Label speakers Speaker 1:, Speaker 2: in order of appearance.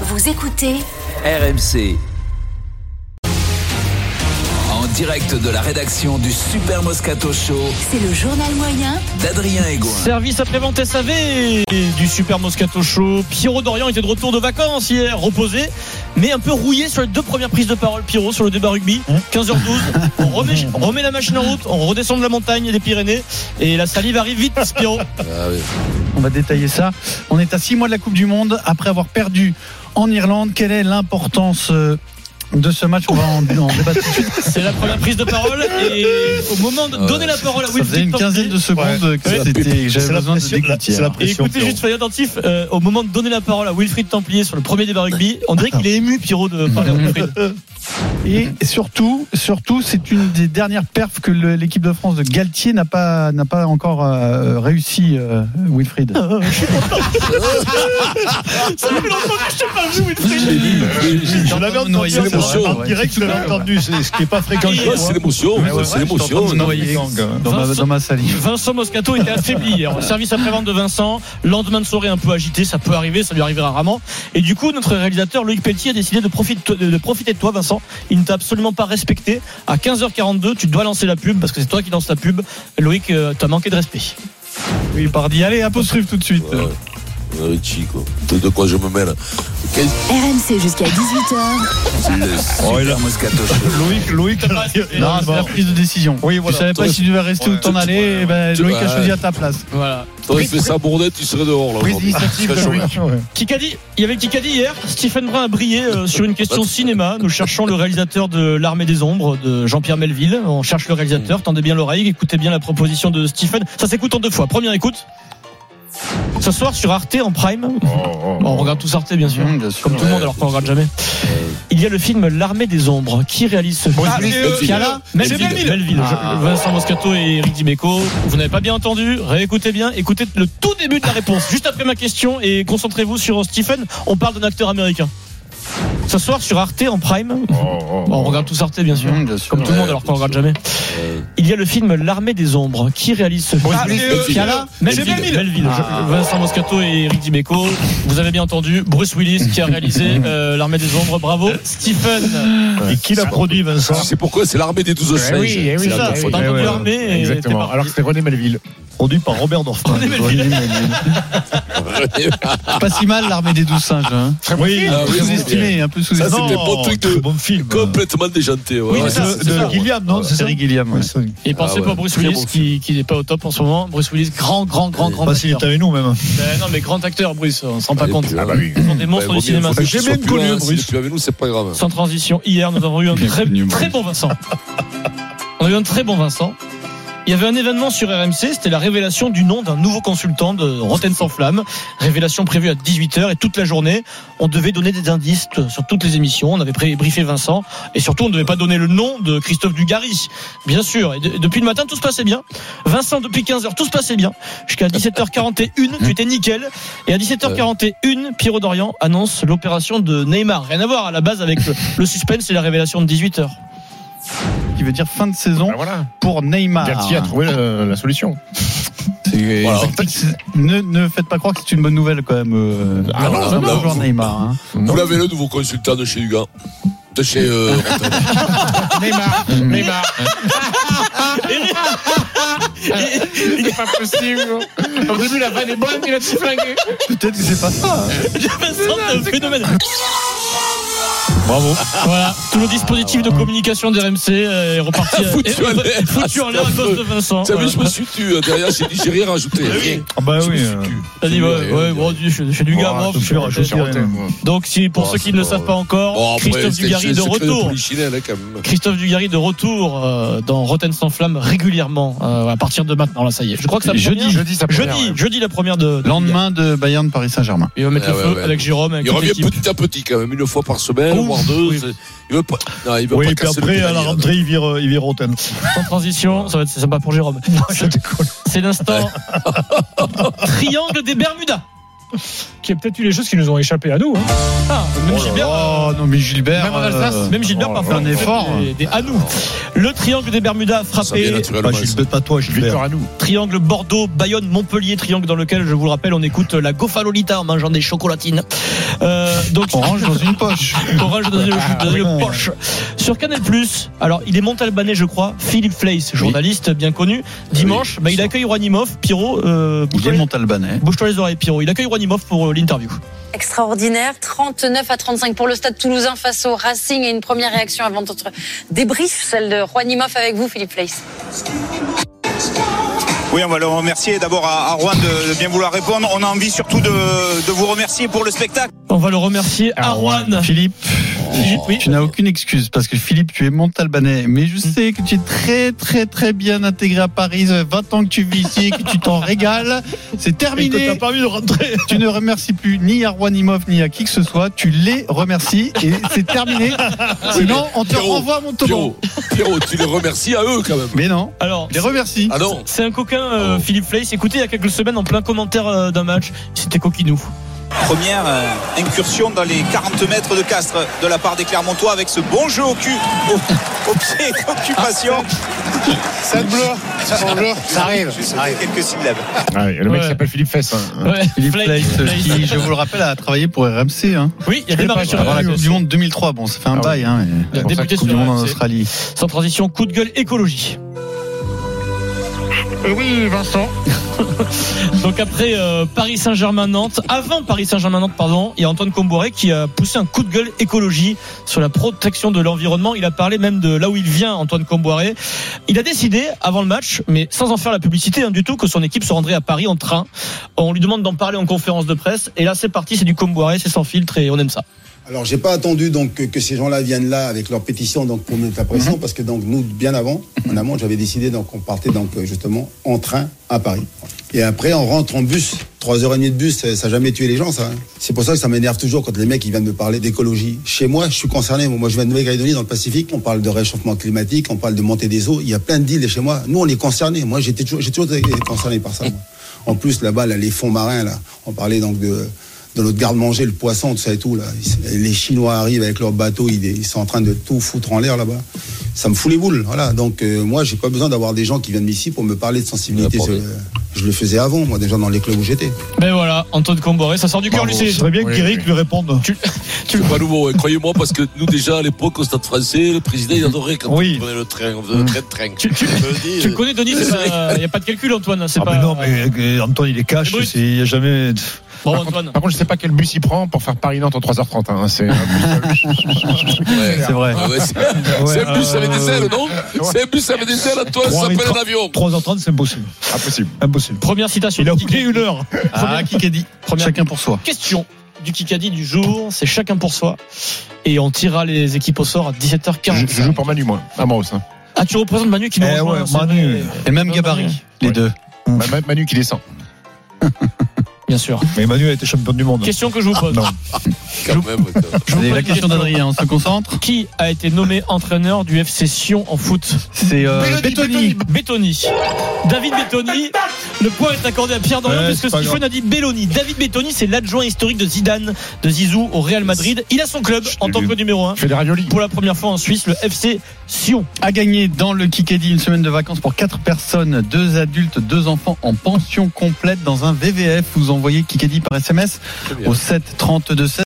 Speaker 1: Vous écoutez
Speaker 2: RMC. En direct de la rédaction du Super Moscato Show
Speaker 1: C'est le journal moyen
Speaker 2: d'Adrien Egoin.
Speaker 3: Service après-vente SAV du Super Moscato Show. Pierrot Dorian était de retour de vacances hier, reposé, mais un peu rouillé sur les deux premières prises de parole, Pierrot, sur le débat rugby. 15h12, on remet, on remet la machine en route, on redescend de la montagne des Pyrénées, et la salive arrive vite, Pierrot.
Speaker 4: On va détailler ça. On est à 6 mois de la Coupe du Monde après avoir perdu en Irlande. Quelle est l'importance euh, de ce match On va en, en débattre tout de suite.
Speaker 3: C'est la première prise de parole, et au moment de donner la parole à
Speaker 4: Ça faisait
Speaker 3: Wilfried
Speaker 4: une quinzaine de
Speaker 3: Templier-
Speaker 4: secondes que
Speaker 3: Ouais.
Speaker 4: c'était-
Speaker 5: C'est
Speaker 4: j'avais
Speaker 5: la
Speaker 4: besoin de
Speaker 5: pression, la- c'est
Speaker 4: découtir.
Speaker 5: la
Speaker 3: Et
Speaker 5: pression.
Speaker 3: écoutez, juste soyez attentifs, euh, au moment de donner la parole à Wilfried Templier sur le premier débat rugby, on dirait qu'il est ému, Pierrot, de parler à Wilfried.
Speaker 4: Et surtout, surtout, c'est une des dernières perfs que le- l'équipe de France de Galtier n'a pas, n'a pas encore euh, réussi, euh, Wilfried.
Speaker 3: Ça fait longtemps que je t'ai pas vu, Wilfried.
Speaker 5: Je l'avais
Speaker 4: J'entends me
Speaker 5: entendu
Speaker 4: noyer,
Speaker 5: en
Speaker 4: c'est
Speaker 5: direct,
Speaker 4: vrai,
Speaker 5: en
Speaker 4: ouais. Ah,
Speaker 5: direct, je l'avais entendu, c'est ce qui n'est pas fréquent.
Speaker 3: Ouais,
Speaker 5: chez moi.
Speaker 3: c'est
Speaker 6: l'émotion,
Speaker 4: Ouais, ouais, ouais, j'étais en train de me noyer dans ma, dans ma salive.
Speaker 3: Vincent Moscato était affaibli hier. Service après-vente de Vincent, lendemain de soirée un peu agité, ça peut arriver, ça lui arrivera rarement. Et du coup, notre réalisateur Loïc Pelletier a décidé de profiter de, de profiter de toi, Vincent. Il ne t'a absolument pas respecté. À 15h42, tu dois lancer la pub parce que c'est toi qui lance la pub. Loïc, euh, t'as manqué de respect.
Speaker 4: Oui, pardi. Allez, apostrophe tout de suite.
Speaker 6: Richie, quoi. De, de quoi je me mêle Qu'est-ce-
Speaker 1: RMC jusqu'à 18h
Speaker 2: Le Super Moscato Show.
Speaker 5: Loïc, Loïc,
Speaker 3: T'as pas respecté.
Speaker 4: Non, c'est la prise de décision.
Speaker 5: Oui, voilà.
Speaker 4: Tu savais pas
Speaker 6: Toi,
Speaker 4: si tu devais rester ou t'en aller, et ben,
Speaker 6: tu-
Speaker 4: Loïc a
Speaker 6: ouais.
Speaker 4: choisi à ta place. bah,
Speaker 3: Voilà.
Speaker 6: T'aurais fait ça bourdet, tu serais dehors là.
Speaker 5: prise
Speaker 6: aujourd'hui.
Speaker 5: d'initiative
Speaker 6: Tu serais
Speaker 5: de
Speaker 6: chômeur.
Speaker 5: Loïc. ouais.
Speaker 3: Kikadi, il y avait Kikadi hier. Stephen Brun a brillé euh, sur une question cinéma. Nous cherchons le réalisateur de L'Armée des Ombres de Jean-Pierre Melville. On cherche le
Speaker 4: Mm.
Speaker 3: réalisateur. Tendez bien l'oreille, écoutez bien la proposition de Stephen. Ça s'écoute en deux fois. Première écoute. Ce soir sur Arte en prime.
Speaker 4: Oh,
Speaker 3: Bon, on regarde tous Arte bien sûr.
Speaker 4: Mmh, bien sûr.
Speaker 3: Comme tout le monde alors qu'on regarde jamais. Il y a le film L'armée des ombres. Qui réalise ce film
Speaker 5: Ah, c'est eux.
Speaker 3: Qui a là Melville.
Speaker 5: Melville.
Speaker 3: Melville.
Speaker 4: Ah.
Speaker 3: Je- Vincent Moscato et Eric Dimeco. Vous n'avez pas bien entendu Réécoutez bien. Écoutez le tout début de la réponse, juste après ma question, et concentrez-vous sur Stephen. On parle d'un acteur américain. Ce soir sur Arte en prime. Bon, on regarde tous Arte bien sûr.
Speaker 4: Mmh, bien sûr.
Speaker 3: Comme tout le monde alors qu'on regarde jamais.
Speaker 6: Ouais.
Speaker 3: Il y a le film L'armée des ombres. Qui réalise ce film
Speaker 5: Ah, c'est eux.
Speaker 3: Qui a là Melville. Melville.
Speaker 5: Ah.
Speaker 3: Je- Vincent Moscato et Eric Dimeco. Vous avez bien entendu Bruce Willis qui a réalisé euh, L'armée des ombres. Bravo. Stephen.
Speaker 5: Et qui l'a produit, Vincent
Speaker 6: Tu sais pourquoi C'est l'armée des 12 singes.
Speaker 5: Eh
Speaker 6: C'est
Speaker 5: oui,
Speaker 6: la
Speaker 5: ça,
Speaker 6: grande
Speaker 5: oui.
Speaker 6: faute.
Speaker 3: Dans
Speaker 5: ouais,
Speaker 3: le
Speaker 5: ouais.
Speaker 3: armée. et t'es
Speaker 5: Exactement.
Speaker 3: parti.
Speaker 5: Alors que c'est René Melville, produit par Robert Dorfman.
Speaker 3: René Melville.
Speaker 4: Pas si mal l'armée des douze singes. Hein.
Speaker 5: Oui,
Speaker 6: Ah, oui,
Speaker 4: Sous-estimé, un peu
Speaker 6: Ça,
Speaker 4: sous-estimé.
Speaker 6: c'est des bons trucs de-
Speaker 5: bon film.
Speaker 6: Complètement déjanté. ouais.
Speaker 3: Oui,
Speaker 6: Ouais,
Speaker 3: c'est ça,
Speaker 5: De-
Speaker 3: c'est ça.
Speaker 5: De Gilliam, non C'est ça
Speaker 4: Terry Gilliam. ouais.
Speaker 5: Ouais, c'est-
Speaker 3: Et pensez
Speaker 6: Ah ouais,
Speaker 3: pour Bruce
Speaker 6: très
Speaker 3: Willis
Speaker 6: bon
Speaker 3: qui, qui n'est pas au top en ce moment. Bruce Willis, grand, grand, grand, grand
Speaker 5: Pas s'il
Speaker 3: acteur.
Speaker 5: est avec nous, même.
Speaker 3: Ben non, mais grand acteur, Bruce, on se rend pas
Speaker 6: Et
Speaker 3: compte.
Speaker 6: puis,
Speaker 3: Ce
Speaker 6: ouais.
Speaker 3: sont des monstres du
Speaker 6: Ouais, vaut mieux-
Speaker 3: cinéma.
Speaker 6: vaut mieux
Speaker 5: J'ai
Speaker 6: qu'il
Speaker 5: même
Speaker 6: soit
Speaker 5: connu
Speaker 6: plus là,
Speaker 5: un
Speaker 6: s'il
Speaker 5: Bruce.
Speaker 6: est plus avec nous, c'est pas grave.
Speaker 3: Sans transition, hier, nous avons eu un très,
Speaker 4: connu, Bruce.
Speaker 3: très bon Vincent. On a eu un très bon Vincent. Il y avait un événement sur RMC, c'était la révélation du nom d'un nouveau consultant de Rotten sans flamme. Révélation prévue à 18h et toute la journée, on devait donner des indices t- sur toutes les émissions. On avait pré- briefé Vincent et surtout on ne devait pas donner le nom de Christophe Dugarry, bien sûr. Et de- depuis le matin, tout se passait bien. Vincent, depuis 15h, tout se passait bien. Jusqu'à 17h41, tu étais nickel. Et à 17h41, Pierrot Dorian annonce l'opération de Neymar. Rien à voir à la base avec le, le suspense et la révélation de 18h.
Speaker 4: Qui veut dire fin de saison
Speaker 5: Voilà.
Speaker 4: pour Neymar.
Speaker 5: Galtier a trouvé euh, la solution.
Speaker 4: C'est-
Speaker 6: Voilà.
Speaker 4: c'est pas- c'est- ne, ne faites pas croire que c'est une bonne nouvelle quand même. euh,
Speaker 5: Ah
Speaker 4: pour
Speaker 6: non,
Speaker 4: un
Speaker 6: non,
Speaker 4: joueur
Speaker 6: non.
Speaker 4: Neymar. hein.
Speaker 6: Vous l'avez le nouveau consultant de chez Dugan De chez. euh,
Speaker 5: Neymar, Neymar. C'est pas possible. Au début, la vanne est bonne, il a tout flingué.
Speaker 4: Peut-être que c'est pas ça.
Speaker 3: Vincent, t'es un phénomène. Bravo. Voilà, tout le dispositif de communication d'RMC euh, est reparti. à-
Speaker 6: Foutu en l'air.
Speaker 3: est foutu en l'air à cause de Vincent.
Speaker 6: Tu savais,
Speaker 3: Voilà.
Speaker 6: je me suis tu. euh, Derrière, j'ai dit, j'ai rien rajouté. Rien.
Speaker 5: Ah bah
Speaker 6: Je me
Speaker 5: oui.
Speaker 6: suis
Speaker 5: euh,
Speaker 6: tu.
Speaker 3: T'as dit, ouais, ouais, bon, je suis je suis du gars,
Speaker 5: Ah,
Speaker 3: moi,
Speaker 5: je
Speaker 3: je suis
Speaker 5: suis- je suis-
Speaker 3: raté. Donc, si, pour
Speaker 6: Oh,
Speaker 3: ceux
Speaker 6: c'est
Speaker 3: qui ne le
Speaker 6: pas-
Speaker 3: savent pas encore,
Speaker 6: Bon, après,
Speaker 3: Christophe
Speaker 6: c'était- c'est
Speaker 3: Dugarry
Speaker 6: le
Speaker 3: de
Speaker 6: secret
Speaker 3: retour.
Speaker 6: Polichinelle, hein, quand même.
Speaker 3: Christophe Dugarry de retour euh, dans Rotten sans flamme régulièrement euh, à partir de maintenant là ça y est je crois que ça
Speaker 4: Jeudi.
Speaker 5: Jeudi, ça
Speaker 3: jeudi jeudi la première de de-
Speaker 4: Lendemain de Bayern de Paris Saint-Germain.
Speaker 3: il va mettre le
Speaker 6: Ah Ouais,
Speaker 3: feu
Speaker 6: ouais, ouais.
Speaker 3: avec Jérôme avec
Speaker 6: Il
Speaker 3: toute
Speaker 6: revient
Speaker 3: l'équipe.
Speaker 6: petit à petit quand même, une fois par semaine,
Speaker 3: Ouf,
Speaker 6: voire deux.
Speaker 3: oui.
Speaker 6: c'est- Il veut pas. Non, il veut
Speaker 5: Oui,
Speaker 6: pas
Speaker 5: et puis
Speaker 6: casser le hein.
Speaker 5: après, à la
Speaker 6: pédalier,
Speaker 5: rentrée, il vire, euh, il vire Rotten.
Speaker 3: sans transition ça va être sympa pour Jérôme
Speaker 5: C'était cool.
Speaker 3: c'est l'instant triangle des Bermudas
Speaker 7: qu'il y a peut-être eu des choses qui nous ont échappé à nous. hein.
Speaker 3: Ah, même Gilbert. euh,
Speaker 4: Oh non, mais Gilbert.
Speaker 5: Même en Alsace,
Speaker 4: euh,
Speaker 3: Même Gilbert
Speaker 4: oh
Speaker 3: par
Speaker 4: là
Speaker 3: fait
Speaker 4: là, un effort.
Speaker 3: Des, des à nous. Le triangle des Bermudas a
Speaker 6: Ça vient
Speaker 3: frappé.
Speaker 6: naturellement.
Speaker 4: Pas Gilbert, pas toi, Gilbert.
Speaker 5: à nous.
Speaker 3: Triangle Bordeaux, Bayonne, Montpellier, triangle dans lequel, je vous le rappelle, on écoute la Gofalolita en mangeant des chocolatines. Euh, donc,
Speaker 4: Orange dans une poche.
Speaker 3: Orange dans une, dans une
Speaker 4: ouais.
Speaker 3: poche. Sur Canal alors il est montalbanais, je crois, Philippe Fleiss, journaliste bien connu. Dimanche, bah, il accueille Rouanimov, Pierrot, euh,
Speaker 4: Il est
Speaker 3: bouge-toi
Speaker 4: Montalbanais.
Speaker 3: bouge-toi les oreilles, Pierrot. Il accueille Rouanimov pour euh, l'interview.
Speaker 8: extraordinaire. 39 à 35 pour le Stade Toulousain face au Racing et une première réaction avant notre débrief, celle de Juanimoff avec vous, Philippe Fleiss.
Speaker 9: Oui, on va le remercier d'abord à, à Rouen de, de bien vouloir répondre. On a envie surtout de, de vous remercier pour le spectacle.
Speaker 3: On va le remercier à Rouen.
Speaker 4: Philippe,
Speaker 3: Philippe, Ah, oui.
Speaker 4: tu n'as aucune excuse parce que Philippe, tu es Montalbanais, mais je sais que tu es très très très bien intégré à Paris. Ça fait 20 ans que tu vis ici, et que tu t'en régales. C'est terminé.
Speaker 3: pas envie de rentrer.
Speaker 4: Tu ne remercies plus ni à Rouanimov ni à qui que ce soit. Tu les remercies et c'est terminé. Sinon, on te
Speaker 6: Pierrot,
Speaker 4: renvoie à mon
Speaker 6: Pierrot, Pierrot, tu les remercies à eux quand même.
Speaker 4: Mais non,
Speaker 3: Alors,
Speaker 4: je les Oh. remercie.
Speaker 6: Ah non
Speaker 3: c'est un coquin, euh, Philippe Fleiss. Écoutez, il y a quelques semaines, en plein commentaire euh, d'un match, c'était coquinou.
Speaker 9: Première euh, incursion dans les 40 mètres de Castres de la part des Clermontois avec ce bon jeu au cul, au, au pied, occupation. Ah,
Speaker 5: Ça bleu. Bonjour. Ça arrive.
Speaker 9: Juste quelques syllabes.
Speaker 5: Ah le mec
Speaker 3: Ouais.
Speaker 5: s'appelle Philippe Fess. hein.
Speaker 3: Ouais,
Speaker 4: Philippe
Speaker 3: Fleiss,
Speaker 4: Place,
Speaker 3: Fleiss.
Speaker 4: qui, je vous le rappelle, a travaillé pour RMC. Hein.
Speaker 3: Oui, il y a
Speaker 5: Je
Speaker 3: démarré
Speaker 5: sais pas,
Speaker 3: sur
Speaker 5: ouais.
Speaker 4: Avant la
Speaker 3: RMC.
Speaker 4: Coupe du Monde 2003, bon, ça fait un
Speaker 5: Ah ouais.
Speaker 4: bail. Hein, mais-
Speaker 3: Il a
Speaker 5: Pour ça,
Speaker 3: débuté
Speaker 4: Coupe
Speaker 3: sur
Speaker 4: du Monde en
Speaker 3: RMC.
Speaker 4: Australie.
Speaker 3: Sans transition, coup de gueule écologie.
Speaker 5: Euh, Oui, Vincent.
Speaker 3: Donc après euh, Paris Saint-Germain-Nantes, avant Paris Saint-Germain-Nantes, pardon, il y a Antoine Comboiré qui a poussé un coup de gueule écologie sur la protection de l'environnement. Il a parlé même de là où il vient, Antoine Comboiré. Il a décidé, avant le match, mais sans en faire la publicité hein, du tout, que son équipe se rendrait à Paris en train. On lui demande d'en parler en conférence de presse. Et là, c'est parti, c'est du Comboiré, c'est sans filtre et on aime ça.
Speaker 10: Alors, j'ai pas attendu donc que, que ces gens-là viennent là avec leur pétition donc pour nous mettre la pression parce que donc nous bien avant, en amont, j'avais décidé donc on partait donc euh, justement en train à Paris. Et après on rentre en bus, 3h30 de bus, ça, ça a jamais tué les gens ça. hein. C'est pour ça que ça m'énerve toujours quand les mecs ils viennent me parler d'écologie. Chez moi, je suis concerné, moi je viens de Nouvelle-Calédonie dans le Pacifique, on parle de réchauffement climatique, on parle de montée des eaux, il y a plein de deals chez moi. Nous on est concernés, moi j'étais toujours j'ai toujours été concerné par ça. moi. En plus là-bas là, les fonds marins là, on parlait donc de de notre garde-manger, le poisson, tout ça et tout. Là. Les Chinois arrivent avec leur bateau, ils, ils sont en train de tout foutre en l'air là-bas. Ça me fout les boules. Voilà. Donc euh, moi, j'ai pas besoin d'avoir des gens qui viennent d'ici pour me parler de sensibilité.
Speaker 6: N'importe.
Speaker 10: Je, je le faisais avant, moi, déjà dans les clubs où j'étais.
Speaker 3: Mais Ben voilà, Antoine Comboiré, ça sort du cœur, lui. c'est-
Speaker 4: bien que
Speaker 5: Oui,
Speaker 4: Guéric
Speaker 5: oui.
Speaker 4: lui réponde.
Speaker 6: C'est pas nouveau, hein. croyez-moi, parce que nous, déjà, à l'époque, au Stade français, le président, il adorait quand
Speaker 4: Oui.
Speaker 6: on prenait le train, on faisait le train-train.
Speaker 3: Tu- tu-
Speaker 6: Je le dis,
Speaker 3: Tu
Speaker 6: euh,
Speaker 3: le connais, Denis, il n'y a pas de calcul, Antoine. hein, C'est
Speaker 4: Ah
Speaker 3: pas...
Speaker 4: mais non, mais euh, Antoine il est cash,
Speaker 3: C'est brut.
Speaker 4: c'est- il n'y a jamais.
Speaker 3: Bon,
Speaker 5: Par
Speaker 3: Antoine.
Speaker 5: contre, par contre, je sais pas quel bus il prend pour faire Paris-Nantes en 3h30. hein. C'est un bus-
Speaker 6: ouais.
Speaker 4: C'est vrai. euh,
Speaker 6: Ah ouais, c'est c'est un bus avec des ailes, non C'est un bus avec des ailes, toi, ça
Speaker 4: Trois mètres
Speaker 6: s'appelle un
Speaker 4: trente.
Speaker 6: avion.
Speaker 4: 3h30, c'est impossible.
Speaker 5: impossible.
Speaker 4: Impossible.
Speaker 3: Première citation.
Speaker 4: Il a
Speaker 3: de
Speaker 4: oublié
Speaker 3: Kikadi.
Speaker 4: une heure. Ah, Kikadi.
Speaker 3: Première
Speaker 4: Chacun pour soi.
Speaker 3: question du Kikadi du jour, c'est chacun pour soi. Et on tirera les équipes au sort à
Speaker 5: Je,
Speaker 3: 17h40.
Speaker 5: je joue pour Manu, moi. À Moros. hein.
Speaker 3: Ah, tu représentes Manu qui nous
Speaker 4: Eh
Speaker 3: rejoint,
Speaker 4: ouais,
Speaker 3: c'est
Speaker 4: Manu.
Speaker 3: vrai.
Speaker 4: Et même
Speaker 3: Ouais, Manu.
Speaker 4: Gabarit, les
Speaker 5: Ouais.
Speaker 4: deux.
Speaker 5: Ma- ma- Manu qui descend.
Speaker 3: Bien sûr.
Speaker 4: Mais Manu a été champion du monde.
Speaker 3: Question que je vous pose.
Speaker 4: Non.
Speaker 6: Quand même, putain.
Speaker 3: Je vous pose
Speaker 4: la
Speaker 3: une
Speaker 4: question d'Adrien, on se concentre.
Speaker 3: Qui a été nommé entraîneur du FC Sion en foot
Speaker 4: C'est euh, Bétoni.
Speaker 3: Bétoni. David Bétoni. Le point est accordé à Pierre Dorian
Speaker 4: Ouais, c'est
Speaker 3: puisque
Speaker 4: pas
Speaker 3: Stéphane a dit Belloni. David Bétoni, c'est l'adjoint historique de Zidane, de Zizou au Real Madrid. Il a son club
Speaker 5: Je
Speaker 3: en
Speaker 5: l'ai
Speaker 3: tant
Speaker 5: vu.
Speaker 3: que numéro 1.
Speaker 5: Je fais des raviolis.
Speaker 3: Pour la première fois en Suisse, le FC Sion.
Speaker 4: a gagné dans le Kikadi une semaine de vacances pour quatre personnes, deux adultes, deux enfants en pension complète dans un VVF. Vous envoyez Kikadi par SMS
Speaker 6: Très bien.
Speaker 4: au 7 32 16.